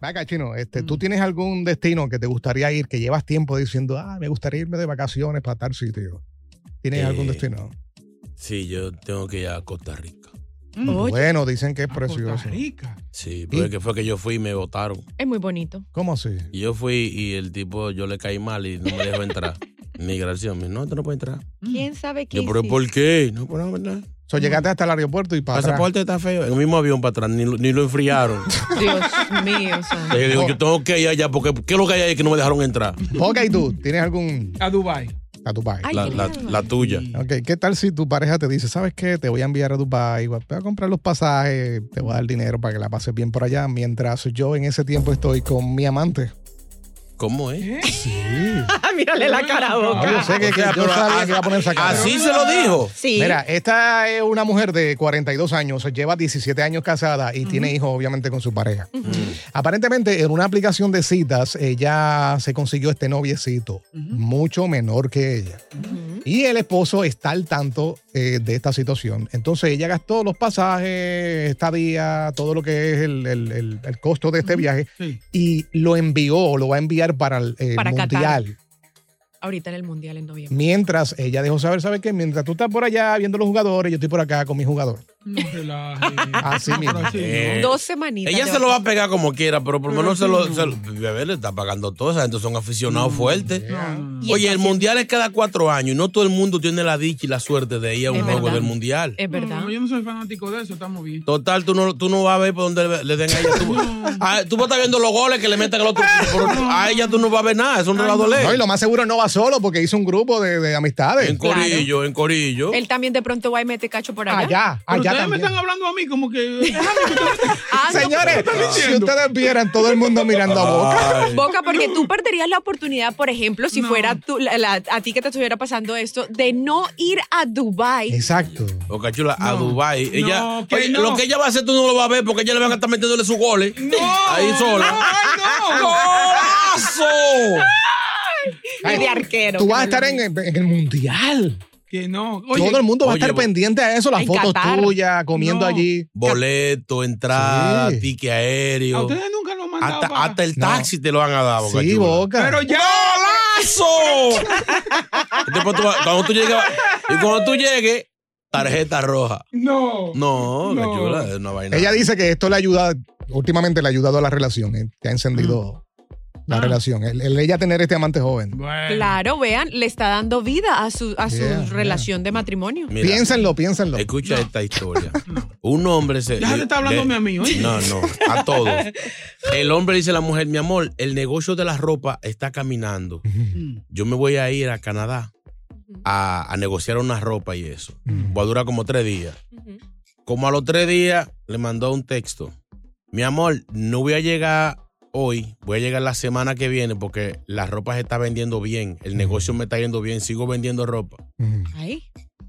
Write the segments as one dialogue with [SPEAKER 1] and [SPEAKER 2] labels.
[SPEAKER 1] Vaca, chino, este, ¿tú tienes algún destino que te gustaría ir, que llevas tiempo diciendo, ah, me gustaría irme de vacaciones para tal sitio? ¿Tienes
[SPEAKER 2] Eh,
[SPEAKER 1] algún destino?
[SPEAKER 2] Sí, yo tengo que ir a Costa Rica.
[SPEAKER 1] bueno, dicen que es precioso.
[SPEAKER 2] Sí, porque fue que yo fui y me votaron.
[SPEAKER 3] Es muy bonito.
[SPEAKER 1] ¿Cómo así?
[SPEAKER 2] Y yo fui y el tipo, yo le caí mal y no me dejó entrar. Migración, me dijo, no, tú no puedes entrar.
[SPEAKER 3] Mm. ¿Quién sabe qué
[SPEAKER 2] Yo, pero ¿por qué? No, pero no, ¿verdad?
[SPEAKER 1] So, llegaste hasta el aeropuerto y para atrás.
[SPEAKER 2] Pasaporte está feo. En el mismo avión para atrás, ni, lo- ni lo enfriaron.
[SPEAKER 3] Dios mío,
[SPEAKER 2] Entonces yo digo, yo tengo que ir allá porque ¿qué es lo que hay ahí que no me dejaron entrar?
[SPEAKER 1] Ok, tú, ¿tienes algún
[SPEAKER 4] A Dubai.
[SPEAKER 1] a Dubai?
[SPEAKER 3] Ay,
[SPEAKER 2] La,
[SPEAKER 3] qué
[SPEAKER 2] la-
[SPEAKER 3] lindo.
[SPEAKER 2] la tuya.
[SPEAKER 1] Ok, ¿qué tal si tu pareja te dice, sabes qué? Te voy a enviar a Dubai, voy a comprar los pasajes, te voy a dar dinero para que la pases bien por allá, mientras yo en ese tiempo estoy con mi amante.
[SPEAKER 2] ¿Cómo es?
[SPEAKER 3] Mírale la cara a boca.
[SPEAKER 1] yo sé que,
[SPEAKER 2] O sea,
[SPEAKER 1] que yo
[SPEAKER 2] pero
[SPEAKER 1] sabía
[SPEAKER 2] a-
[SPEAKER 1] que iba a poner esa cara.
[SPEAKER 2] Así se lo dijo.
[SPEAKER 3] Sí.
[SPEAKER 1] Mira, esta es una mujer de 42 años, lleva 17 años casada y tiene hijos, obviamente, con su pareja.
[SPEAKER 2] Mm.
[SPEAKER 1] Aparentemente, en una aplicación de citas, ella se consiguió este noviecito, mucho menor que ella. Y el esposo está al tanto eh, de esta situación. Entonces, ella gastó los pasajes, estadía, todo lo que es el, el- el- el costo de este viaje
[SPEAKER 4] Sí.
[SPEAKER 1] y lo envió, lo va a enviar para el eh,
[SPEAKER 3] Para Qatar.
[SPEAKER 1] mundial.
[SPEAKER 3] Ahorita en el mundial en noviembre.
[SPEAKER 1] Mientras ella dejó saber, ¿sabes qué? Mientras tú estás por allá viendo los jugadores, yo estoy por acá con mi jugador.
[SPEAKER 4] No relaje.
[SPEAKER 1] Así mismo.
[SPEAKER 4] Pero así, ¿no?
[SPEAKER 2] Eh,
[SPEAKER 3] Dos semanitas.
[SPEAKER 2] Ella
[SPEAKER 3] de
[SPEAKER 2] se lo va a
[SPEAKER 3] vacaciones.
[SPEAKER 2] pegar como quiera, pero por lo menos se lo. se lo- bebé le está pagando todo. Esa gente son aficionados fuertes.
[SPEAKER 3] Mm. Y
[SPEAKER 2] Oye,
[SPEAKER 3] está
[SPEAKER 2] el
[SPEAKER 3] haciendo-
[SPEAKER 2] mundial es cada cuatro años y no todo el mundo tiene la dicha y la suerte de ir a un
[SPEAKER 3] Es
[SPEAKER 2] juego
[SPEAKER 3] verdad.
[SPEAKER 2] del mundial.
[SPEAKER 3] Es
[SPEAKER 4] No,
[SPEAKER 3] verdad.
[SPEAKER 4] no, yo no soy fanático de eso, estamos bien.
[SPEAKER 2] Total, tú no, tú no vas a ver por donde le, le den a ella. Tú, Ah, tú vas a estar viendo los goles que le meten al otro equipo, pero a ella tú no vas a ver nada. Es un reladolé.
[SPEAKER 1] No, y lo más seguro no va solo porque hizo un grupo de, de amistades.
[SPEAKER 2] En corillo, en corillo.
[SPEAKER 3] Él también de pronto va y mete cacho por allá.
[SPEAKER 1] Allá,
[SPEAKER 4] Pero
[SPEAKER 1] allá
[SPEAKER 4] ustedes me
[SPEAKER 1] también.
[SPEAKER 4] están hablando a mí como que. déjame que te-
[SPEAKER 3] Ah, no,
[SPEAKER 1] Señores, si
[SPEAKER 4] diciendo.
[SPEAKER 1] ustedes vieran todo el mundo mirando a boca.
[SPEAKER 2] Ay,
[SPEAKER 3] Boca, porque tú perderías la oportunidad, por ejemplo, si
[SPEAKER 4] No.
[SPEAKER 3] fuera tú- la- la- a ti que te estuviera pasando esto, de no ir a Dubai.
[SPEAKER 1] Exacto.
[SPEAKER 2] Boca Chula, a
[SPEAKER 4] No.
[SPEAKER 2] Dubái.
[SPEAKER 4] No,
[SPEAKER 2] Ella,
[SPEAKER 4] que
[SPEAKER 2] oye,
[SPEAKER 4] no.
[SPEAKER 2] Lo que ella va a hacer tú no lo vas a ver porque ella le van a estar metiéndole sus goles. Ahí
[SPEAKER 4] No,
[SPEAKER 2] sola.
[SPEAKER 4] ay, no.
[SPEAKER 2] ¡Golazo!
[SPEAKER 3] Y de arquero.
[SPEAKER 1] Tú vas a estar en, en el mundial.
[SPEAKER 4] Que no. Oye,
[SPEAKER 1] todo el mundo va a
[SPEAKER 2] oye,
[SPEAKER 1] estar
[SPEAKER 2] bo-
[SPEAKER 1] pendiente a eso, las
[SPEAKER 3] En
[SPEAKER 1] fotos
[SPEAKER 3] Qatar.
[SPEAKER 1] tuyas, comiendo
[SPEAKER 4] No.
[SPEAKER 1] allí.
[SPEAKER 2] Boleto, entrada,
[SPEAKER 1] Sí.
[SPEAKER 2] ticket
[SPEAKER 4] a
[SPEAKER 2] aéreo.
[SPEAKER 4] ustedes nunca lo han mandado.
[SPEAKER 2] Hasta,
[SPEAKER 4] para-
[SPEAKER 2] hasta el
[SPEAKER 1] No.
[SPEAKER 2] taxi te lo van a dar, Boca
[SPEAKER 1] Sí,
[SPEAKER 2] Chula.
[SPEAKER 1] boca.
[SPEAKER 4] Pero ya.
[SPEAKER 2] ¡Golazo! Después tú vas- Este cuando tú llegues, y cuando tú llegues, tarjeta roja.
[SPEAKER 4] No.
[SPEAKER 2] No, Boca
[SPEAKER 4] No.
[SPEAKER 2] Chula, es una vaina.
[SPEAKER 1] Ella dice que esto le ayuda, últimamente le ha ayudado a la relación, eh, que ha encendido la
[SPEAKER 4] Ah.
[SPEAKER 1] relación. El- el ella tener este amante joven.
[SPEAKER 4] Bueno.
[SPEAKER 3] Claro, vean, le está dando vida a su, a su
[SPEAKER 1] Yeah,
[SPEAKER 3] relación de matrimonio.
[SPEAKER 2] Mira,
[SPEAKER 1] Piénsenlo, piénsenlo.
[SPEAKER 2] Escucha esta historia. Un hombre se.
[SPEAKER 4] Déjate de estar hablando a mí, oye.
[SPEAKER 2] No, no, a todos. El hombre dice a la mujer, mi amor, el negocio de la ropa está caminando. Yo me voy a ir a Canadá a, a negociar una ropa y eso. Va a durar como tres días. Como a los tres días le mandó un texto. Mi amor, no voy a llegar hoy, voy a llegar la semana que viene porque la ropa se está vendiendo bien, el negocio me está yendo bien, sigo vendiendo ropa.
[SPEAKER 1] Ujú.
[SPEAKER 3] Ay,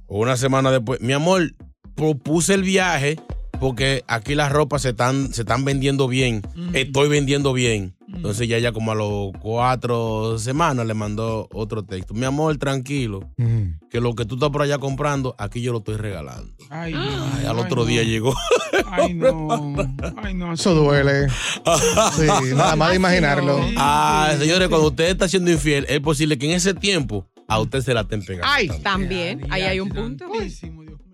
[SPEAKER 2] Una semana después, mi amor, propuse el viaje porque aquí las ropas se están, se están vendiendo bien, estoy vendiendo bien. Entonces ya ya como a los cuatro semanas le mandó otro texto. Mi amor, tranquilo,
[SPEAKER 1] Ujú.
[SPEAKER 2] que lo que tú estás por allá comprando, aquí yo lo estoy regalando. Ay,
[SPEAKER 4] Ay, no,
[SPEAKER 2] al
[SPEAKER 4] ay,
[SPEAKER 2] otro
[SPEAKER 4] no.
[SPEAKER 2] día llegó.
[SPEAKER 4] Ay, no. Ay, no.
[SPEAKER 1] Eso duele. Sí, nada más de imaginarlo.
[SPEAKER 3] no.
[SPEAKER 2] Ah, señores, cuando usted está siendo infiel, es posible que en ese tiempo a usted se la estén pegando.
[SPEAKER 1] Ay.
[SPEAKER 3] también, ahí hay un punto.
[SPEAKER 4] Santísimo, Dios mío.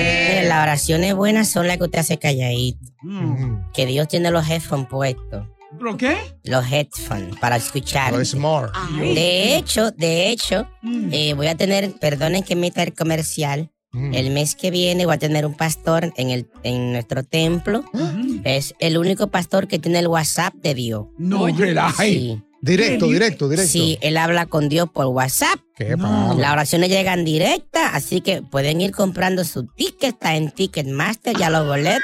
[SPEAKER 1] Amén.
[SPEAKER 5] las oraciones buenas son las que usted hace calladito.
[SPEAKER 4] Mm.
[SPEAKER 5] Que Dios tiene los headphones puestos.
[SPEAKER 4] ¿Pero qué?
[SPEAKER 5] Los headphones para escuchar.
[SPEAKER 1] Lo es more.
[SPEAKER 3] Ay,
[SPEAKER 5] De hecho, de hecho, eh, voy a tener, perdonen que emita el comercial,
[SPEAKER 1] Mm.
[SPEAKER 5] el mes que viene voy a tener un pastor en, el, en nuestro templo. Es el único pastor que tiene el WhatsApp de Dios.
[SPEAKER 4] No,
[SPEAKER 1] Oye,
[SPEAKER 4] relaje.
[SPEAKER 5] Sí.
[SPEAKER 1] Directo, directo, directo.
[SPEAKER 5] Sí, él habla con Dios por WhatsApp.
[SPEAKER 1] Qué palo.
[SPEAKER 5] Las oraciones llegan directas, así que pueden ir comprando su ticket, está en Ticketmaster, ya los boletos.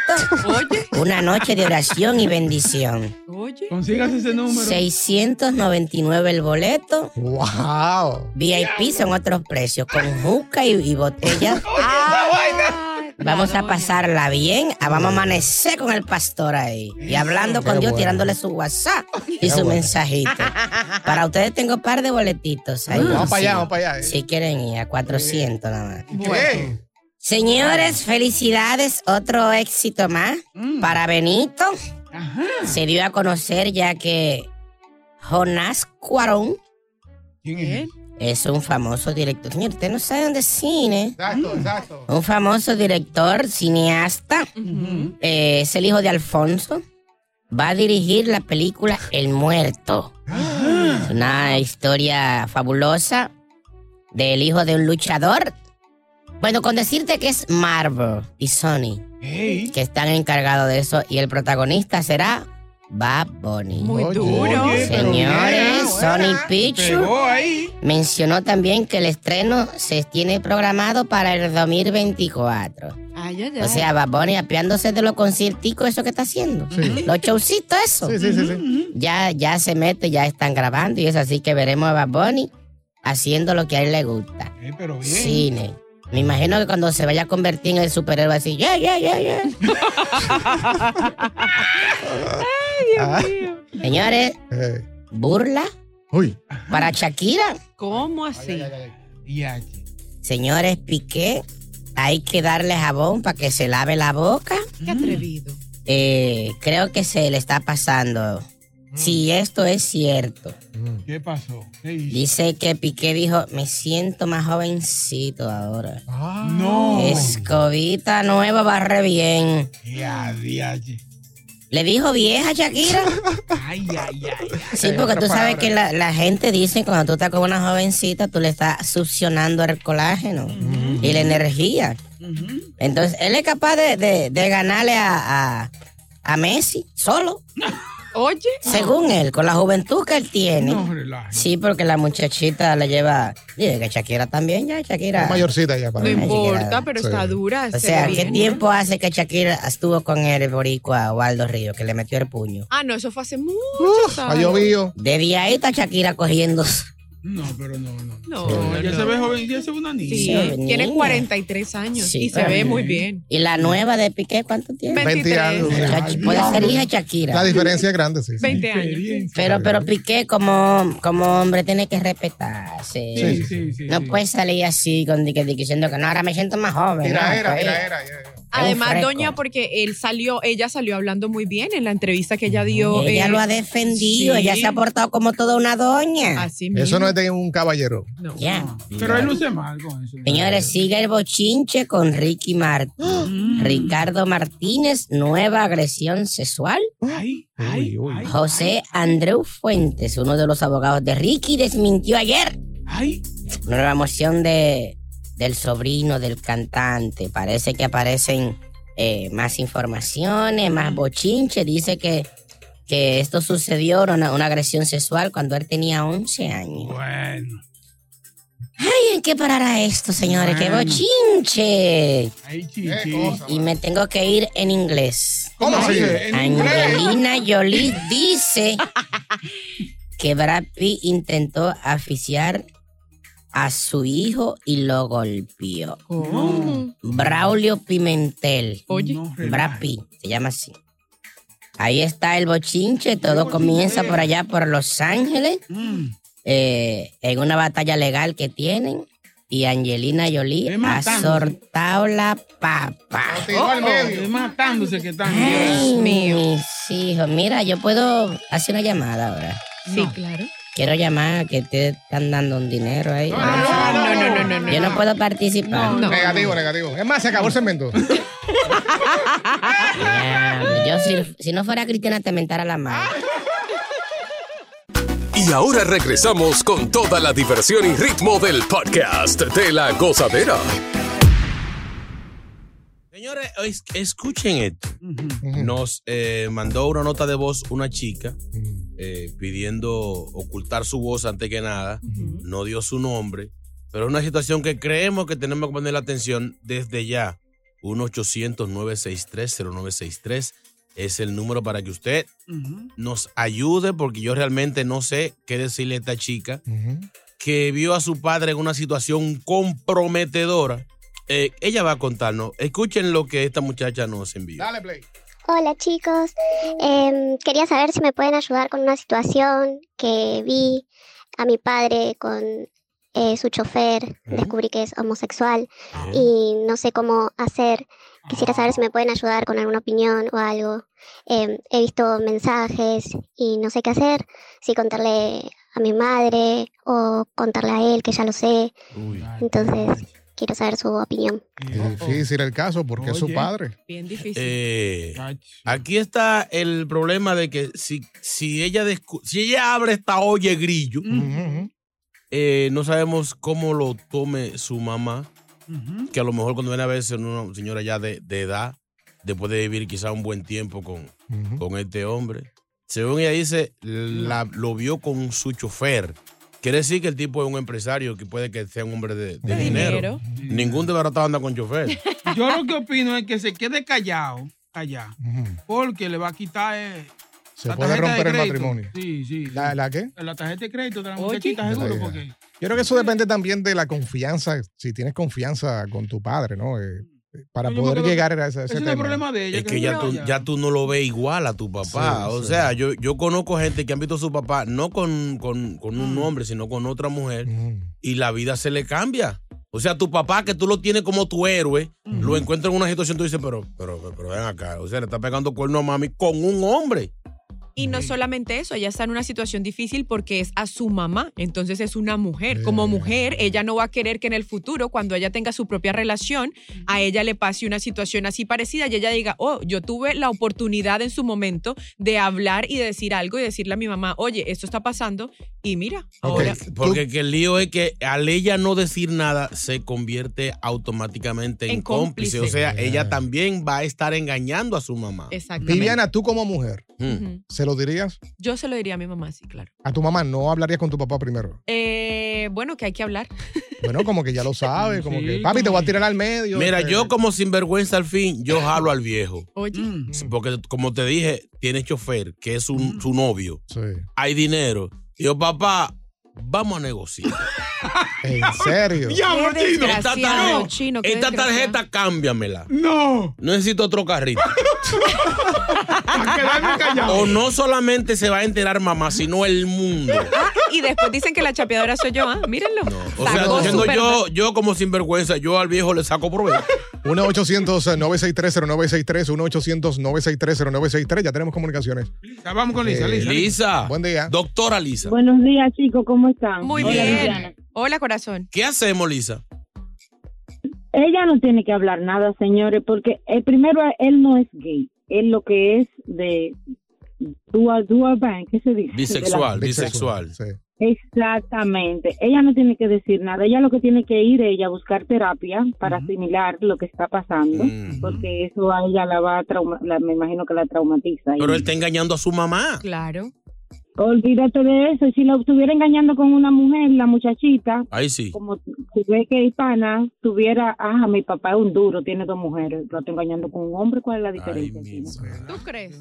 [SPEAKER 3] Oye,
[SPEAKER 5] Una noche de oración y bendición.
[SPEAKER 3] oye.
[SPEAKER 4] Consígase ese número.
[SPEAKER 5] 699 el boleto.
[SPEAKER 1] Wow.
[SPEAKER 5] VIP son otros precios, con juca y, y botella.
[SPEAKER 3] Ah,
[SPEAKER 5] Vamos
[SPEAKER 3] claro,
[SPEAKER 5] a pasarla bien, ah, vamos a amanecer con el pastor ahí. Y hablando con
[SPEAKER 1] Qué
[SPEAKER 5] Dios,
[SPEAKER 1] bueno.
[SPEAKER 5] tirándole su WhatsApp y su
[SPEAKER 1] bueno.
[SPEAKER 5] mensajito. Para ustedes tengo un par de boletitos ahí.
[SPEAKER 1] Vamos
[SPEAKER 5] sí.
[SPEAKER 1] para allá, vamos para allá. eh.
[SPEAKER 5] Si quieren ir a 400 nada más.
[SPEAKER 1] ¿Qué?
[SPEAKER 5] Señores, felicidades, otro éxito más
[SPEAKER 4] Mm.
[SPEAKER 5] para Benito. Se dio a conocer ya que Jonás Cuarón
[SPEAKER 4] ¿Quién es?
[SPEAKER 5] es un famoso director. Señor, usted no sabe dónde es cine.
[SPEAKER 1] Exacto, exacto.
[SPEAKER 5] Un famoso director, cineasta,
[SPEAKER 3] Ujú.
[SPEAKER 5] eh, es el hijo de Alfonso. Va a dirigir la película El Muerto. Es Una historia fabulosa del hijo de un luchador. Bueno, con decirte que es Marvel y Sony
[SPEAKER 4] Hey.
[SPEAKER 5] que están encargados de eso y el protagonista será Bad Bunny.
[SPEAKER 3] Muy
[SPEAKER 1] Oye,
[SPEAKER 3] duro.
[SPEAKER 4] oye, pero
[SPEAKER 5] Señores,
[SPEAKER 1] buena,
[SPEAKER 5] Sony
[SPEAKER 1] buena.
[SPEAKER 5] Pictures
[SPEAKER 4] Pegó ahí.
[SPEAKER 5] mencionó también que el estreno se tiene programado para el 2024.
[SPEAKER 3] Ay, ay, ay.
[SPEAKER 5] O sea, Bad Bunny apiándose de los concierticos, eso que está haciendo. Los showcitos, eso.
[SPEAKER 1] Sí, sí, sí, sí.
[SPEAKER 5] Ya, ya se mete, ya están grabando y es así que veremos a Bad Bunny haciendo lo que a él le gusta.
[SPEAKER 4] Eh, pero bien.
[SPEAKER 5] Cine. Me imagino que cuando se vaya a convertir en el superhéroe así, yeah, yeah, yeah, yeah.
[SPEAKER 1] Ah,
[SPEAKER 5] Señores,
[SPEAKER 1] eh.
[SPEAKER 5] burla
[SPEAKER 1] Uy.
[SPEAKER 5] para Shakira.
[SPEAKER 3] ¿Cómo así?
[SPEAKER 4] Y aquí.
[SPEAKER 5] Señores, Piqué, hay que darle jabón para que se lave la boca.
[SPEAKER 3] Qué atrevido.
[SPEAKER 5] Eh, creo que se le está pasando. Si esto es cierto,
[SPEAKER 4] ¿Qué pasó? ¿Qué hizo?
[SPEAKER 5] dice que Piqué dijo, me siento más jovencito ahora.
[SPEAKER 4] No.
[SPEAKER 5] Escobita nueva barre bien.
[SPEAKER 4] Ya, diache.
[SPEAKER 5] Le dijo vieja Shakira.
[SPEAKER 4] Ay, ay, ay.
[SPEAKER 5] Sí, porque tú sabes que la, la gente dice cuando tú estás con una jovencita, tú le estás succionando el colágeno y la energía. Entonces, él es capaz de, de- de ganarle a, a- a Messi solo,
[SPEAKER 3] Oye.
[SPEAKER 5] según él, con la juventud que él tiene.
[SPEAKER 4] No, relaje.
[SPEAKER 5] Sí, porque la muchachita la lleva. Dice que Shakira también, ya, Shakira.
[SPEAKER 1] Es mayorcita ya para
[SPEAKER 3] No
[SPEAKER 1] mí.
[SPEAKER 3] importa, pero
[SPEAKER 1] Sí.
[SPEAKER 3] está dura.
[SPEAKER 5] O
[SPEAKER 3] se
[SPEAKER 5] sea,
[SPEAKER 3] ve
[SPEAKER 5] ¿qué
[SPEAKER 3] bien.
[SPEAKER 5] tiempo hace que Shakira estuvo con el boricua Waldo Río, que le metió el puño?
[SPEAKER 3] Ah, no, eso fue hace mucho
[SPEAKER 1] Ha
[SPEAKER 3] años.
[SPEAKER 1] llovido.
[SPEAKER 5] Desde ahí está Shakira cogiendo.
[SPEAKER 4] No, pero no, no.
[SPEAKER 3] No,
[SPEAKER 4] No, ella
[SPEAKER 3] no.
[SPEAKER 4] se ve joven, ella se ve una niña.
[SPEAKER 3] Sí,
[SPEAKER 5] Sí,
[SPEAKER 3] tiene
[SPEAKER 5] niña.
[SPEAKER 3] 43 años
[SPEAKER 5] Sí,
[SPEAKER 3] y se ve
[SPEAKER 4] también.
[SPEAKER 3] muy bien.
[SPEAKER 5] ¿Y la nueva de Piqué cuánto tiene?
[SPEAKER 1] 20 años.
[SPEAKER 3] 23.
[SPEAKER 5] Chachi, Puede ser hija de Shakira.
[SPEAKER 1] La diferencia es grande, sí. sí.
[SPEAKER 3] 20 años.
[SPEAKER 4] Experiencia.
[SPEAKER 5] Pero, pero Piqué como, como hombre tiene que respetarse.
[SPEAKER 4] Sí, sí, sí.
[SPEAKER 5] No
[SPEAKER 4] sí.
[SPEAKER 5] puede salir así con dique, dique, diciendo que no, ahora me siento más joven.
[SPEAKER 1] Era,
[SPEAKER 5] ¿no?
[SPEAKER 1] era,
[SPEAKER 5] Estoy-
[SPEAKER 1] era, era. era.
[SPEAKER 3] Además,
[SPEAKER 5] fresco.
[SPEAKER 3] Doña, porque él salió, ella salió hablando muy bien en la entrevista que ella dio.
[SPEAKER 5] Ella
[SPEAKER 3] eh,
[SPEAKER 5] lo ha defendido, ella se ha portado como toda una doña.
[SPEAKER 3] Así
[SPEAKER 1] Eso no es de un caballero.
[SPEAKER 5] Ya.
[SPEAKER 4] Pero él luce mal con eso.
[SPEAKER 5] Señores, sigue el bochinche con Ricky Martin. Ricardo Martínez, nueva agresión sexual. José Andreu Fuentes, uno de los abogados de Ricky, desmintió ayer nueva moción de, del sobrino del cantante. Parece que aparecen eh, más informaciones, más bochinche. Dice que, que esto sucedió, una, una agresión sexual, cuando él tenía 11 años.
[SPEAKER 4] Bueno.
[SPEAKER 5] Ay, ¿en qué parará esto, señores? ¡Qué
[SPEAKER 4] Bueno.
[SPEAKER 5] bochinche!
[SPEAKER 4] Qué
[SPEAKER 5] cosa, Y me tengo que ir en inglés.
[SPEAKER 4] ¿Cómo
[SPEAKER 5] Ay,
[SPEAKER 4] así? ¿En
[SPEAKER 5] Angelina Jolie dice que Brad Pitt intentó asfixiar a su hijo y lo golpeó. Braulio Pimentel. Brad Pitt, se llama así. Ahí está el bochinche, todo
[SPEAKER 4] eh.
[SPEAKER 5] comienza por allá por Los Ángeles, eh, en una batalla legal que tienen. Y Angelina Jolie ha
[SPEAKER 4] matando.
[SPEAKER 5] soltado la papa.
[SPEAKER 1] Ah,
[SPEAKER 4] Oh, oh, matándose que están.
[SPEAKER 5] Ay, mis hijos. Mira, yo puedo hacer una llamada ahora.
[SPEAKER 3] Sí, claro.
[SPEAKER 5] Quiero llamar que te están dando un dinero ahí.
[SPEAKER 3] no, no, no, no, no.
[SPEAKER 5] Yo no puedo participar.
[SPEAKER 1] Negativo, negativo. Es más, se acabó el cemento.
[SPEAKER 5] Ya, Yo si, si no fuera Cristina te mentara la madre.
[SPEAKER 6] Y ahora regresamos con toda la diversión y ritmo del podcast de la gozadera.
[SPEAKER 2] Señores, es- escuchen esto. Nos eh, mandó una nota de voz una chica eh, pidiendo ocultar su voz antes que nada. No dio su nombre, pero es una situación que creemos que tenemos que poner la atención desde ya. 1-800-963-0963 es el número para que usted nos ayude, porque yo realmente no sé qué decirle a esta chica que vio a su padre en una situación comprometedora. Eh, ella va a contarnos. Escuchen lo que esta muchacha nos envió.
[SPEAKER 1] Dale, play.
[SPEAKER 7] Hola chicos, Em, quería saber si me pueden ayudar con una situación que vi a mi padre con eh, su chofer, descubrí que es homosexual y no sé cómo hacer. Quisiera saber si me pueden ayudar con alguna opinión o algo. Em, he visto mensajes y no sé qué hacer, si contarle a mi madre o contarle a él, que ya lo sé. Entonces, quiero saber su opinión.
[SPEAKER 1] Es difícil el caso porque es su padre.
[SPEAKER 3] Bien difícil.
[SPEAKER 2] Eh, aquí está el problema de que si, si, ella, descu- si ella abre esta olla de grillo, eh, no sabemos cómo lo tome su mamá, que a lo mejor cuando viene a verse una señora ya de, de edad, después de vivir quizá un buen tiempo con, con este hombre, según ella dice, la- lo vio con su chofer. Quiere decir que el tipo es un empresario que puede que sea un hombre de, de dinero. Ningún desbaratado anda con chofer.
[SPEAKER 4] Yo lo que opino es que se quede callado, callado, porque le va a quitar eh,
[SPEAKER 1] Se
[SPEAKER 4] la
[SPEAKER 1] puede
[SPEAKER 4] tarjeta de
[SPEAKER 1] romper el
[SPEAKER 4] crédito.
[SPEAKER 1] matrimonio.
[SPEAKER 4] Sí, sí.
[SPEAKER 1] ¿La, la qué?
[SPEAKER 4] La tarjeta de crédito de la muchachita, seguro,
[SPEAKER 1] Oye.
[SPEAKER 4] porque
[SPEAKER 1] Yo creo que eso depende también de la confianza, si tienes confianza con tu padre, ¿no? Eh, para
[SPEAKER 4] yo
[SPEAKER 1] poder
[SPEAKER 4] creo que
[SPEAKER 1] llegar a ese, a ese
[SPEAKER 4] ese es
[SPEAKER 1] tema.
[SPEAKER 4] el problema de ella.
[SPEAKER 2] Es que ya tú, ya tú no lo ves igual a tu papá.
[SPEAKER 1] Sí,
[SPEAKER 2] o
[SPEAKER 1] sí.
[SPEAKER 2] sea, yo, yo conozco gente que han visto a su papá no con, con- con un hombre, sino con otra mujer, y la vida se le cambia. O sea, tu papá, que tú lo tienes como tu héroe, lo encuentra en una situación, tú dices, pero, pero, pero, pero ven acá. O sea, le está pegando cuerno a mami con un hombre.
[SPEAKER 3] Y no solamente eso, ella está en una situación difícil porque es a su mamá, entonces es una mujer. Como mujer, ella no va a querer que en el futuro, cuando ella tenga su propia relación, a ella le pase una situación así parecida y ella diga, oh, yo tuve la oportunidad en su momento de hablar y de decir algo y decirle a mi mamá, oye, esto está pasando y mira, ahora...
[SPEAKER 2] Porque que el lío es que al ella no decir nada se convierte automáticamente en,
[SPEAKER 3] En
[SPEAKER 2] cómplice.
[SPEAKER 3] cómplice.
[SPEAKER 2] O sea,
[SPEAKER 1] Ah.
[SPEAKER 2] ella también va a estar engañando a su mamá.
[SPEAKER 3] Exactamente.
[SPEAKER 1] Viviana, tú como mujer,
[SPEAKER 3] Ujú.
[SPEAKER 1] ¿se lo dirías
[SPEAKER 3] Yo se lo diría a mi mamá, sí, claro.
[SPEAKER 1] a tu mamá? ¿No hablarías con tu papá primero?
[SPEAKER 3] Eh, bueno, que hay que hablar.
[SPEAKER 1] Bueno, como que ya lo sabe, como que, papi, te voy a tirar al medio.
[SPEAKER 2] Mira,
[SPEAKER 1] Eh,
[SPEAKER 2] yo como sinvergüenza al fin, yo jalo al viejo.
[SPEAKER 3] Oye.
[SPEAKER 1] Mm.
[SPEAKER 2] Sí, Porque como te dije, tiene chofer, que es
[SPEAKER 3] Mm.
[SPEAKER 2] un- su novio. Hay dinero. Y yo, papá, vamos a negociar.
[SPEAKER 1] ¿En serio?
[SPEAKER 3] Qué
[SPEAKER 2] Esta,
[SPEAKER 3] desgraciado,
[SPEAKER 2] tarjeta-
[SPEAKER 3] chino, qué
[SPEAKER 2] esta
[SPEAKER 3] desgraciado.
[SPEAKER 2] tarjeta, cámbiamela.
[SPEAKER 4] No.
[SPEAKER 2] Necesito otro carrito.
[SPEAKER 4] quedarme callado.
[SPEAKER 2] O no solamente se va a enterar mamá, sino el mundo.
[SPEAKER 3] Ah, y después dicen que la chapeadora soy yo, ah, mírenlo.
[SPEAKER 2] O sea,
[SPEAKER 3] Sacó
[SPEAKER 2] diciendo
[SPEAKER 3] súper-
[SPEAKER 2] yo, yo como sinvergüenza, yo al viejo le saco provecho.
[SPEAKER 1] 1-800-963-0963, 1-800-963-0963. Ya tenemos comunicaciones.
[SPEAKER 4] vamos con Lisa,
[SPEAKER 1] Eh,
[SPEAKER 4] Lisa.
[SPEAKER 2] Lisa.
[SPEAKER 1] Buen día.
[SPEAKER 2] Doctora Lisa.
[SPEAKER 8] Buenos días, chicos, ¿cómo están?
[SPEAKER 3] Muy
[SPEAKER 8] Hola,
[SPEAKER 3] bien.
[SPEAKER 8] Liliana.
[SPEAKER 3] Hola, corazón.
[SPEAKER 2] ¿Qué hacemos, Lisa?
[SPEAKER 8] Ella no tiene que hablar nada, señores, porque el primero, él no es gay. Él lo que es de dual, dual bank, ¿qué se dice?
[SPEAKER 2] Bisexual,
[SPEAKER 8] De la-
[SPEAKER 2] bisexual.
[SPEAKER 8] Exactamente. Ella no tiene que decir nada. Ella lo que tiene que ir es ella a buscar terapia para asimilar lo que está pasando, porque eso a ella la va a trauma, la- me imagino que la traumatiza. Y-
[SPEAKER 2] Pero él está engañando a su mamá.
[SPEAKER 3] Claro.
[SPEAKER 8] Olvídate de eso. Si la estuviera engañando con una mujer, la muchachita,
[SPEAKER 2] Ahí sí.
[SPEAKER 8] como si ve que es hispana, tuviera, ah, mi papá es un duro, tiene dos mujeres, lo está engañando con un hombre, ¿cuál es la diferencia?
[SPEAKER 3] ¿Tú crees?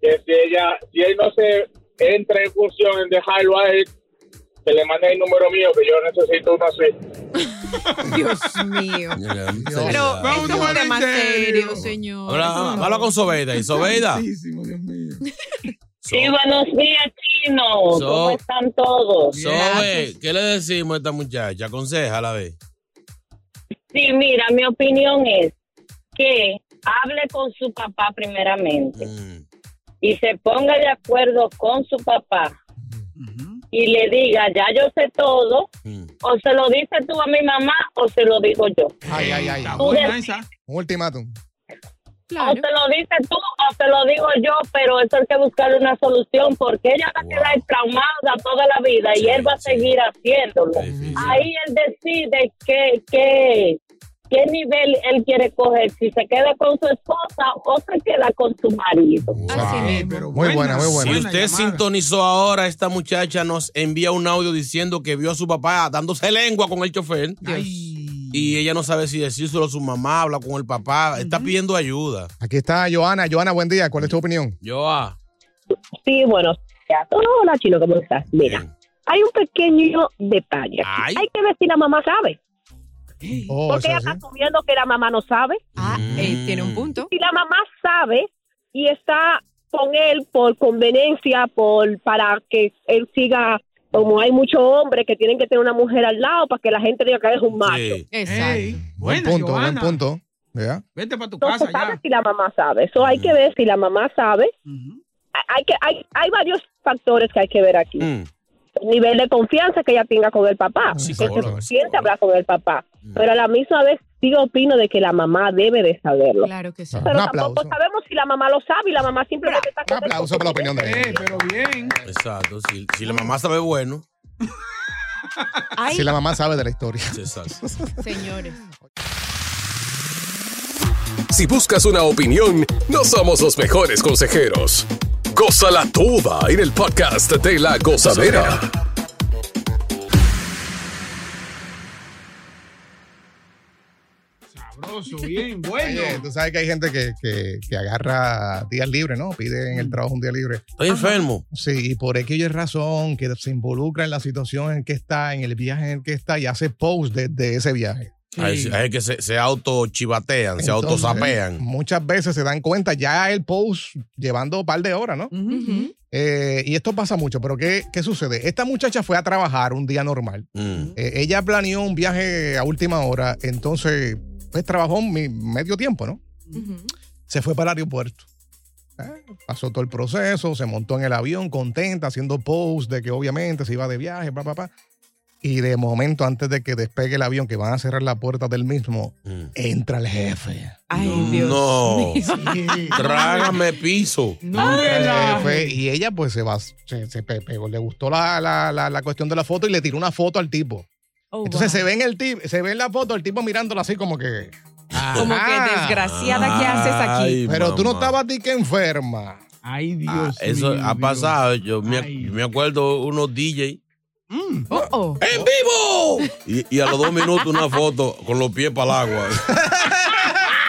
[SPEAKER 9] que si ella, si él no se entra en función en dejarlo a él, que le mande el número mío, que yo necesito uno así.
[SPEAKER 3] Dios mío. Pero esto es un tema serio, señor.
[SPEAKER 2] Habla, habla con Sobeida. ¿Y Sobeida?
[SPEAKER 10] Sí, buenos días, chino. ¿Cómo
[SPEAKER 2] So- eh,
[SPEAKER 10] están todos?
[SPEAKER 2] Sobe, ¿qué le decimos a esta muchacha? Aconsejala, ve.
[SPEAKER 10] Sí, mira, mi opinión es que hable con su papá primeramente y se ponga de acuerdo con su papá y le diga, ya yo sé todo, o se lo dices tú a mi mamá o se lo digo yo.
[SPEAKER 1] Ay, ay, ay.
[SPEAKER 10] Tú
[SPEAKER 1] buena
[SPEAKER 10] decides,
[SPEAKER 1] Un ultimátum.
[SPEAKER 10] O se lo dices tú o se lo digo yo, pero eso hay que buscar una solución porque ella va a quedar traumada toda la vida y él va a seguir haciéndolo. Ahí él decide qué, qué,
[SPEAKER 11] qué nivel él quiere coger, si se queda con su esposa o se queda con su marido.
[SPEAKER 1] Muy buena, muy buena.
[SPEAKER 2] Si usted sintonizó ahora, esta muchacha nos envía un audio diciendo que vio a su papá dándose lengua con el chofer. Y ella no sabe si decírselo a su mamá, habla con el papá. Está pidiendo ayuda. ah.
[SPEAKER 1] Aquí está Joana. Joana, buen día. ¿Cuál es tu opinión?
[SPEAKER 2] Joa.
[SPEAKER 11] Sí, buenos días. Hola, Chino, ¿cómo estás? Mira, hay un pequeño detalle. aquí. Hay que
[SPEAKER 10] Pues
[SPEAKER 11] ver si la mamá sabe. Porque ella está asumiendo que la mamá no sabe. Ah, tiene un punto. Si la mamá sabe y está con él por conveniencia, por para que él siga, como hay muchos hombres que tienen que tener una mujer al lado para que la gente diga que él es un macho.
[SPEAKER 1] Buen
[SPEAKER 11] Buena,
[SPEAKER 1] punto, buen
[SPEAKER 11] Johanna.
[SPEAKER 1] punto. ¿Ya?
[SPEAKER 4] Vete para tu
[SPEAKER 11] Entonces, sabe si la mamá sabe. Eso hay que ver si la mamá sabe. Hay- hay, que, hay, hay varios factores que hay que ver aquí. El nivel de confianza que ella tenga con el papá. Que
[SPEAKER 2] psicóloga,
[SPEAKER 11] se siente hablar con el papá. Pero a la misma vez sí opino de que la mamá debe de saberlo. Claro que sí. Pero
[SPEAKER 1] Un
[SPEAKER 11] tampoco sabemos si la mamá lo sabe y la mamá simplemente está... Un
[SPEAKER 1] aplauso para la opinión de ella.
[SPEAKER 4] pero bien.
[SPEAKER 2] Exacto. Si, si la mamá sabe, bueno.
[SPEAKER 3] Ay.
[SPEAKER 1] Si la mamá sabe de la historia.
[SPEAKER 2] Exacto.
[SPEAKER 3] Señores.
[SPEAKER 6] Si buscas una opinión, no somos los mejores consejeros. Goza la tuba en el podcast de la gozadera.
[SPEAKER 4] Sabroso, bien, bueno.
[SPEAKER 1] Oye, tú sabes que hay gente que, que- que agarra días libres, ¿no? Pide en
[SPEAKER 4] Mm.
[SPEAKER 1] el trabajo un día libre.
[SPEAKER 2] Estoy enfermo.
[SPEAKER 1] Sí, y por aquella razón que se involucra en la situación en que está, en el viaje en el que está y hace post desde ese viaje.
[SPEAKER 2] Hay, hay que se, se autochivatean, se
[SPEAKER 1] Entonces,
[SPEAKER 2] autosapean.
[SPEAKER 1] Muchas veces se dan cuenta ya el post llevando un par de horas, ¿no? Eh, y esto pasa mucho, pero ¿qué, qué sucede? Esta muchacha fue a trabajar un día normal. Eh, ella planeó un viaje a última hora, entonces pues trabajó mi medio tiempo, ¿no? Se fue para el aeropuerto. Eh, Pasó todo el proceso, se montó en el avión contenta, haciendo post de que obviamente se iba de viaje, pa, pa, pa. Y de momento, antes de que despegue el avión, que van a cerrar la puerta del mismo, entra el jefe.
[SPEAKER 3] Ay,
[SPEAKER 2] Mm. No. Trágame piso.
[SPEAKER 1] Eh, fue- y ella pues se va, se, se pe- pegó, le gustó la, la- la- la cuestión de la foto y le tiró una foto al tipo. Entonces se ve en el tip, se ve en la foto el tipo mirándola así como que.
[SPEAKER 4] Ah.
[SPEAKER 3] Como que desgraciada, ¿qué haces aquí?
[SPEAKER 2] Ay,
[SPEAKER 1] Pero tú no
[SPEAKER 2] mamá.
[SPEAKER 1] estabas di que enferma.
[SPEAKER 4] Ay,
[SPEAKER 2] Ah,
[SPEAKER 1] Dios.
[SPEAKER 2] eso ha pasado. Yo me, me acuerdo unos DJ. ¡En vivo! Y, y a los dos minutos una foto con los pies para el agua.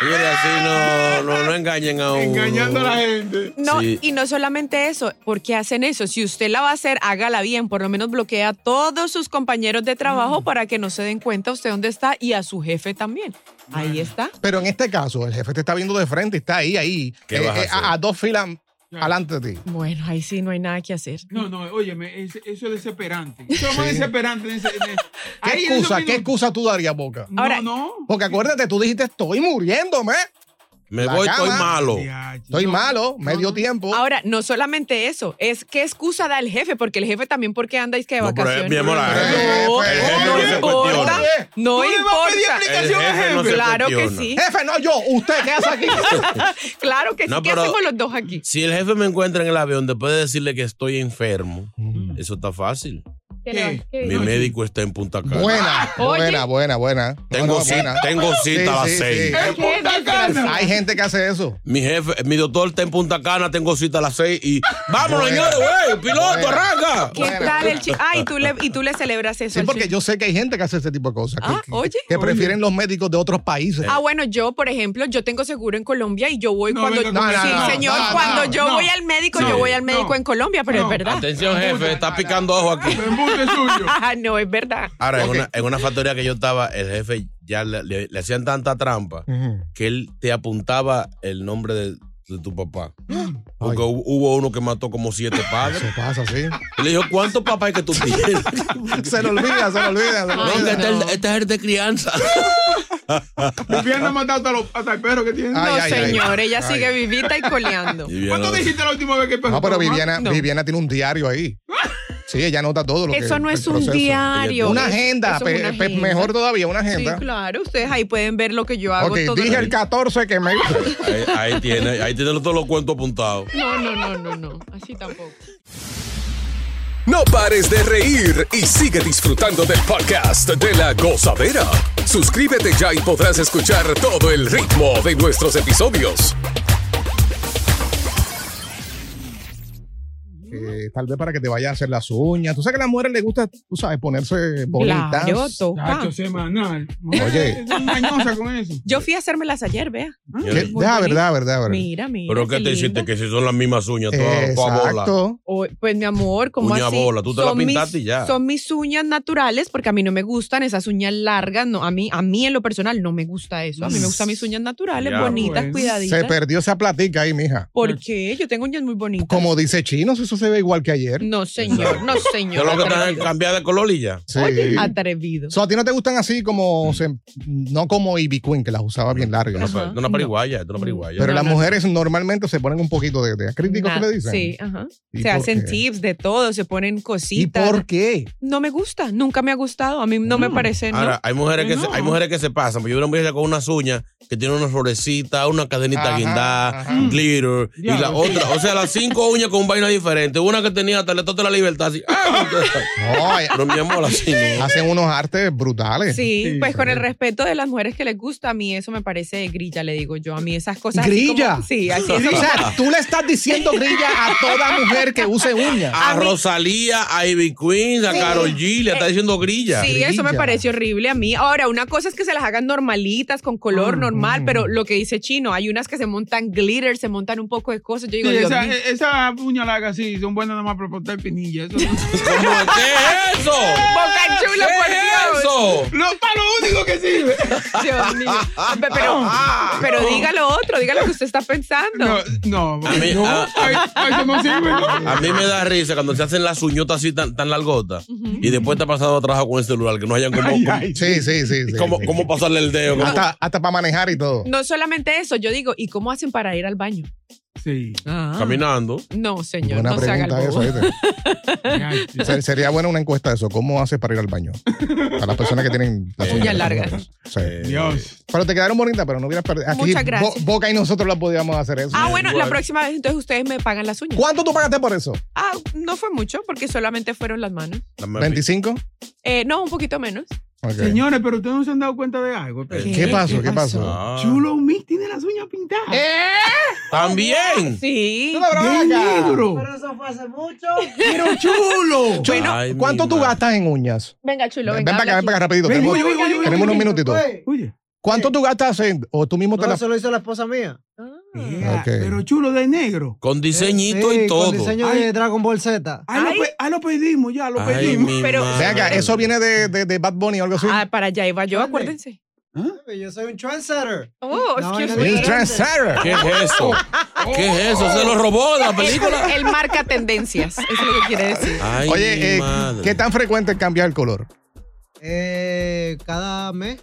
[SPEAKER 2] Y era así no, no, no engañen a uno.
[SPEAKER 4] Engañando a la gente.
[SPEAKER 3] No,
[SPEAKER 2] Sí.
[SPEAKER 3] y no solamente eso, ¿por qué hacen eso? Si usted la va a hacer, hágala bien, por lo menos bloquea a todos sus compañeros de trabajo para que no se den cuenta usted dónde está y a su jefe también. Ahí está.
[SPEAKER 1] Pero en este caso, el jefe te está viendo de frente y está ahí, ahí. eh,
[SPEAKER 2] ¿Qué vas a hacer?
[SPEAKER 1] a, a dos filas adelante de ti.
[SPEAKER 3] Bueno, ahí sí no hay nada que hacer.
[SPEAKER 4] No, no, óyeme, es- eso es desesperante. Eso es más desesperante. en ese- en ese-
[SPEAKER 1] ¿Qué
[SPEAKER 4] Ahí en esos
[SPEAKER 1] excusa, qué
[SPEAKER 4] minutos-
[SPEAKER 1] excusa tú darías, Boca?
[SPEAKER 4] No, Ahora- no.
[SPEAKER 1] Porque acuérdate, tú dijiste, estoy muriéndome.
[SPEAKER 2] Me
[SPEAKER 1] La
[SPEAKER 2] voy, estoy
[SPEAKER 1] cama.
[SPEAKER 2] malo.
[SPEAKER 1] Estoy malo, medio tiempo.
[SPEAKER 3] Ahora, no solamente eso, es qué excusa da el jefe, porque el jefe también porque andáis que de
[SPEAKER 2] No, pero eh,
[SPEAKER 3] vacaciones.
[SPEAKER 2] mi amor, el jefe-
[SPEAKER 3] No,
[SPEAKER 2] el
[SPEAKER 3] no
[SPEAKER 2] jefe no se
[SPEAKER 3] importa.
[SPEAKER 2] cuestiona.
[SPEAKER 3] No
[SPEAKER 1] ¿Tú le vas a pedir
[SPEAKER 3] importa.
[SPEAKER 2] explicación El al jefe no jefe? se
[SPEAKER 3] Claro que
[SPEAKER 2] cuestiona.
[SPEAKER 3] sí.
[SPEAKER 1] Jefe, no yo, usted, ¿qué hace aquí?
[SPEAKER 3] claro que sí.
[SPEAKER 2] No,
[SPEAKER 3] ¿Qué
[SPEAKER 2] pero-
[SPEAKER 3] hacemos los dos aquí?
[SPEAKER 2] Si el jefe me encuentra en el avión después de decirle que estoy enfermo,
[SPEAKER 4] Mm.
[SPEAKER 2] eso está fácil. Mi médico está en Punta Cana.
[SPEAKER 1] Buena, buena, buena, buena.
[SPEAKER 2] Tengo
[SPEAKER 1] Buena,
[SPEAKER 2] cita-
[SPEAKER 1] buena.
[SPEAKER 2] tengo cita a las seis.
[SPEAKER 1] Hay-
[SPEAKER 2] En
[SPEAKER 1] Hay gente que hace eso.
[SPEAKER 2] Mi jefe, mi doctor está en Punta Cana, tengo cita a las seis y vámonos,
[SPEAKER 1] Buena.
[SPEAKER 2] señores, güey, piloto,
[SPEAKER 1] Buena.
[SPEAKER 2] arranca.
[SPEAKER 3] ¿Qué tal el chico? Ah, y tú le, y tú le celebras eso.
[SPEAKER 1] Sí,
[SPEAKER 3] al
[SPEAKER 1] porque
[SPEAKER 3] chico.
[SPEAKER 1] yo sé que hay gente que hace ese tipo de cosas. que-
[SPEAKER 3] Ah,
[SPEAKER 1] que,
[SPEAKER 3] oye.
[SPEAKER 1] que prefieren los médicos de otros países.
[SPEAKER 3] Ah, bueno, yo, por ejemplo, yo tengo seguro en Colombia y yo voy
[SPEAKER 1] No,
[SPEAKER 3] cuando.
[SPEAKER 1] venga con
[SPEAKER 3] sí,
[SPEAKER 1] eso. No,
[SPEAKER 3] señor,
[SPEAKER 1] no,
[SPEAKER 3] cuando
[SPEAKER 1] no,
[SPEAKER 3] yo
[SPEAKER 1] no.
[SPEAKER 3] voy al médico,
[SPEAKER 2] Sí.
[SPEAKER 3] yo voy al médico en Colombia, pero es verdad.
[SPEAKER 2] Atención, jefe, está picando ojo aquí.
[SPEAKER 3] no, es verdad.
[SPEAKER 2] Ahora, en, una, en una factoría que yo estaba, el jefe ya le, le- le hacían tanta trampa
[SPEAKER 1] Mm.
[SPEAKER 2] que él te apuntaba el nombre de, de tu papá. Porque hu- hubo uno que mató como siete padres.
[SPEAKER 1] Eso pasa, sí.
[SPEAKER 2] Y le dijo, ¿cuántos papás es que tú tienes?
[SPEAKER 1] Se lo olvida, se lo olvida. Se lo
[SPEAKER 2] No, que
[SPEAKER 1] olvida.
[SPEAKER 2] este, es el- este es el de crianza.
[SPEAKER 4] El viernes ha matado hasta, los, hasta el perro que tiene.
[SPEAKER 1] Ay,
[SPEAKER 3] no,
[SPEAKER 1] ay, ay.
[SPEAKER 3] señor, ella
[SPEAKER 1] Ay.
[SPEAKER 3] sigue vivita y coleando.
[SPEAKER 4] ¿Cuánto dijiste la última vez que el
[SPEAKER 3] Pues,
[SPEAKER 1] No,
[SPEAKER 4] perro
[SPEAKER 1] pero
[SPEAKER 4] estaba mal?
[SPEAKER 1] Viviana,
[SPEAKER 4] No.
[SPEAKER 1] Viviana tiene un diario ahí. Sí, ella anota todo lo que
[SPEAKER 3] Eso no
[SPEAKER 1] el
[SPEAKER 3] es un
[SPEAKER 1] proceso.
[SPEAKER 3] diario.
[SPEAKER 1] Una
[SPEAKER 3] es-
[SPEAKER 1] agenda,
[SPEAKER 3] eso es
[SPEAKER 1] pe-
[SPEAKER 3] una
[SPEAKER 1] pe-
[SPEAKER 3] agenda.
[SPEAKER 1] mejor todavía, una
[SPEAKER 3] Sí,
[SPEAKER 1] agenda.
[SPEAKER 3] claro, ustedes ahí pueden ver lo que yo hago
[SPEAKER 1] ok,
[SPEAKER 3] todo
[SPEAKER 1] dije
[SPEAKER 3] el-
[SPEAKER 1] el 14 que me.
[SPEAKER 2] ahí, ahí tiene, ahí tiene todos los cuentos apuntados.
[SPEAKER 3] No, no, no, no, no. Así tampoco.
[SPEAKER 6] No pares de reír y sigue disfrutando del podcast de la gozadera. Suscríbete ya y podrás escuchar todo el ritmo de nuestros episodios.
[SPEAKER 1] eh, tal vez para que te vaya a hacer las uñas. Tú sabes que a las mujeres les gusta, tú sabes, ponerse bonitas.
[SPEAKER 4] Chacho, semanal.
[SPEAKER 1] Oye.
[SPEAKER 4] Es mañosa con eso.
[SPEAKER 3] Yo fui a hacérmelas ayer, vea. Ah,
[SPEAKER 2] ¿Qué?
[SPEAKER 3] muy
[SPEAKER 2] Ah,
[SPEAKER 3] bonito.
[SPEAKER 2] verdad, verdad, verdad.
[SPEAKER 3] Mira, mira.
[SPEAKER 2] Pero que
[SPEAKER 3] qué
[SPEAKER 2] te
[SPEAKER 3] lindo.
[SPEAKER 2] hiciste que si son las mismas uñas, todas todas bolas.
[SPEAKER 3] Oh, pues mi amor, como
[SPEAKER 2] Uña
[SPEAKER 3] así.
[SPEAKER 2] bola, tú te la
[SPEAKER 3] Son mis-
[SPEAKER 2] pintaste y ya.
[SPEAKER 3] Son mis uñas naturales porque a mí no me gustan esas uñas largas. No, a mí, a mí en lo personal no me gusta eso. A mí me gustan mis uñas naturales,
[SPEAKER 1] Ya,
[SPEAKER 3] bonitas,
[SPEAKER 1] pues.
[SPEAKER 3] cuidaditas.
[SPEAKER 1] Se perdió esa platica ahí, mija.
[SPEAKER 3] ¿Por qué? Yo tengo uñas muy bonitas.
[SPEAKER 1] Como dice Chinos, eso se ve igual que ayer.
[SPEAKER 3] No, señor, no,
[SPEAKER 2] Yo
[SPEAKER 3] señor.
[SPEAKER 2] lo que te
[SPEAKER 3] atrevido.
[SPEAKER 2] es cambiar de color y ya.
[SPEAKER 1] Sí. Oye,
[SPEAKER 3] Atrevido.
[SPEAKER 1] So, a ti no te gustan así como, se- no como Ivy Queen, que las usaba bien largas.
[SPEAKER 2] Una, una pariguaya, es una pariguaya.
[SPEAKER 1] Pero las mujeres normalmente se ponen un poquito de, de acrítico, ¿qué
[SPEAKER 3] Nada,
[SPEAKER 1] le dicen?
[SPEAKER 3] Sí, ajá.
[SPEAKER 1] ¿Y
[SPEAKER 3] Se
[SPEAKER 1] por
[SPEAKER 3] hacen
[SPEAKER 1] qué?
[SPEAKER 3] tips de todo, se ponen cositas.
[SPEAKER 1] por qué? Mm.
[SPEAKER 3] No me gusta, nunca me ha gustado. A mí no me parece, ¿no?
[SPEAKER 2] Ahora, hay mujeres, que se,
[SPEAKER 3] No.
[SPEAKER 2] hay mujeres que se pasan. Yo vi una mujer con unas uñas que tiene una florecita, una cadenita
[SPEAKER 3] Ajá,
[SPEAKER 2] guindada,
[SPEAKER 3] Mm.
[SPEAKER 2] glitter, y la otra. O sea, las cinco uñas con vaina diferente. Una que tenía hasta el de la libertad. Así, ¡ah! Pero mi amor, así no.
[SPEAKER 1] Hacen unos artes brutales.
[SPEAKER 3] Sí, pues con el respeto de las mujeres que les gusta, a mí eso me parece grilla, le digo yo. A mí esas cosas. así como-
[SPEAKER 1] Grilla.
[SPEAKER 3] sí, así es.
[SPEAKER 1] O sea, tú le estás diciendo grilla a toda mujer que use uñas.
[SPEAKER 2] A, Rosalía, a Ivy Queen, a
[SPEAKER 3] Sí. Eh,
[SPEAKER 2] Carol G, le está diciendo grilla.
[SPEAKER 3] Sí, eso me parece horrible a mí. Ahora, una cosa es que se las hagan normalitas, con color
[SPEAKER 1] Mm,
[SPEAKER 3] normal, pero lo que dice Chino, hay unas que se montan glitter, se montan un poco de cosas. Yo digo,
[SPEAKER 4] Sí,
[SPEAKER 3] Dios
[SPEAKER 4] esa,
[SPEAKER 3] mío.
[SPEAKER 4] e- esa uña larga sí, son buenas nada más para cortar pinilla. Eso
[SPEAKER 2] ¿Qué es eso?
[SPEAKER 3] Boca chula, por
[SPEAKER 4] ¿Qué
[SPEAKER 3] Dios.
[SPEAKER 4] es eso? No, para lo único que sirve. Ah.
[SPEAKER 3] Dios mío. Pe- Pero, pero diga lo otro, diga lo que usted está pensando.
[SPEAKER 4] No,
[SPEAKER 2] A mí, a-
[SPEAKER 4] ay, eso no sirve, ¿no?
[SPEAKER 2] a mí me da risa cuando se hacen las uñotas así tan, tan largotas y después está pasando trabajo con el celular, que no hayan como.
[SPEAKER 1] sí, sí, sí.
[SPEAKER 2] cómo, cómo pasarle el dedo. cómo-
[SPEAKER 1] Hasta, hasta para manejar y todo.
[SPEAKER 3] No solamente eso, yo digo, ¿y cómo hacen para ir al baño?
[SPEAKER 4] Sí.
[SPEAKER 2] Caminando.
[SPEAKER 3] No, señor,
[SPEAKER 1] Buena
[SPEAKER 3] no se haga el
[SPEAKER 1] pregunta
[SPEAKER 3] bobo.
[SPEAKER 1] eso, Se- sería buena una encuesta de eso. ¿Cómo haces para ir al baño? Para las personas que tienen las
[SPEAKER 3] Uñas largas.
[SPEAKER 1] Sí. Pero te quedaron bonitas, pero no hubieras perdido. Aquí
[SPEAKER 3] Muchas gracias.
[SPEAKER 1] Bo- Boca y nosotros las podíamos hacer eso.
[SPEAKER 3] Ah, bueno, la próxima vez entonces ustedes me pagan las uñas.
[SPEAKER 1] ¿Cuánto tú pagaste por eso?
[SPEAKER 3] Ah, no fue mucho porque solamente fueron las manos.
[SPEAKER 1] ¿25?
[SPEAKER 3] Eh, no, un poquito menos.
[SPEAKER 1] Ok.
[SPEAKER 4] Señores, pero ustedes no se han dado cuenta de algo. Pero-
[SPEAKER 1] ¿Qué pasó? ¿Qué pasó?
[SPEAKER 2] Ah.
[SPEAKER 4] Chulo Mix tiene las uñas pintadas.
[SPEAKER 3] ¿Eh?
[SPEAKER 2] ¡También!
[SPEAKER 3] Sí.
[SPEAKER 4] ¡De negro!
[SPEAKER 12] Pero eso fue hace mucho.
[SPEAKER 4] ¡Pero chulo!
[SPEAKER 1] Chino, ¿cuánto tú gastas en uñas?
[SPEAKER 3] Venga, chulo,
[SPEAKER 1] Ven
[SPEAKER 3] venga.
[SPEAKER 1] para acá, ven para acá rapidito.
[SPEAKER 12] Ven,
[SPEAKER 1] Tenemos,
[SPEAKER 12] oye, oye, oye,
[SPEAKER 1] tenemos
[SPEAKER 12] oye,
[SPEAKER 1] unos minutitos.
[SPEAKER 12] oye.
[SPEAKER 1] ¿Cuánto tú gastas en, o tú mismo te
[SPEAKER 12] No,
[SPEAKER 1] la...
[SPEAKER 12] se lo hizo la esposa mía.
[SPEAKER 1] Ok.
[SPEAKER 4] Pero chulo de negro.
[SPEAKER 2] Con diseñito
[SPEAKER 12] Sí,
[SPEAKER 2] y todo.
[SPEAKER 12] Con diseño de Dragon Ball Z.
[SPEAKER 4] Ahí lo, pe- ahí lo pedimos, ya lo
[SPEAKER 2] Ay,
[SPEAKER 4] pedimos.
[SPEAKER 2] mi
[SPEAKER 12] Pero-
[SPEAKER 1] Ven acá, eso viene de, de- de Bad Bunny o algo así.
[SPEAKER 3] Ah, para allá iba yo, acuérdense.
[SPEAKER 12] Yo soy un trendsetter.
[SPEAKER 3] Oh,
[SPEAKER 12] No,
[SPEAKER 3] excuse
[SPEAKER 12] no,
[SPEAKER 3] me.
[SPEAKER 12] no,
[SPEAKER 1] El trendsetter.
[SPEAKER 2] ¿Qué es eso? ¿Qué es eso? ¿Se lo robó de la película?
[SPEAKER 3] Él, él marca tendencias, eso es lo que quiere decir.
[SPEAKER 2] Ay, mi
[SPEAKER 1] Oye, eh,
[SPEAKER 2] madre.
[SPEAKER 1] ¿qué tan frecuente es cambiar el color?
[SPEAKER 12] Eh, cada mes.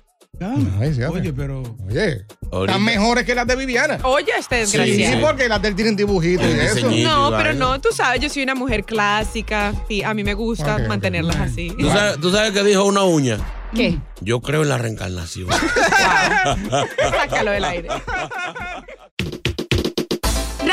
[SPEAKER 1] Oye,
[SPEAKER 4] pero...
[SPEAKER 1] Oye,
[SPEAKER 2] Ahorita.
[SPEAKER 1] están mejores que las de Viviana.
[SPEAKER 3] Oye, este
[SPEAKER 1] Sí,
[SPEAKER 3] desgraciado.
[SPEAKER 1] porque las del tienen dibujitos y
[SPEAKER 2] El
[SPEAKER 1] eso.
[SPEAKER 2] diseñito.
[SPEAKER 3] No,
[SPEAKER 2] Y
[SPEAKER 3] pero
[SPEAKER 2] vaina.
[SPEAKER 3] no, tú sabes, yo soy una mujer clásica y a mí me gusta mantenerlas así.
[SPEAKER 2] ¿Tú sabes, ¿Tú sabes qué dijo una uña?
[SPEAKER 3] ¿Qué?
[SPEAKER 2] Yo creo en la reencarnación.
[SPEAKER 3] Sácalo del aire.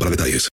[SPEAKER 13] para detalles.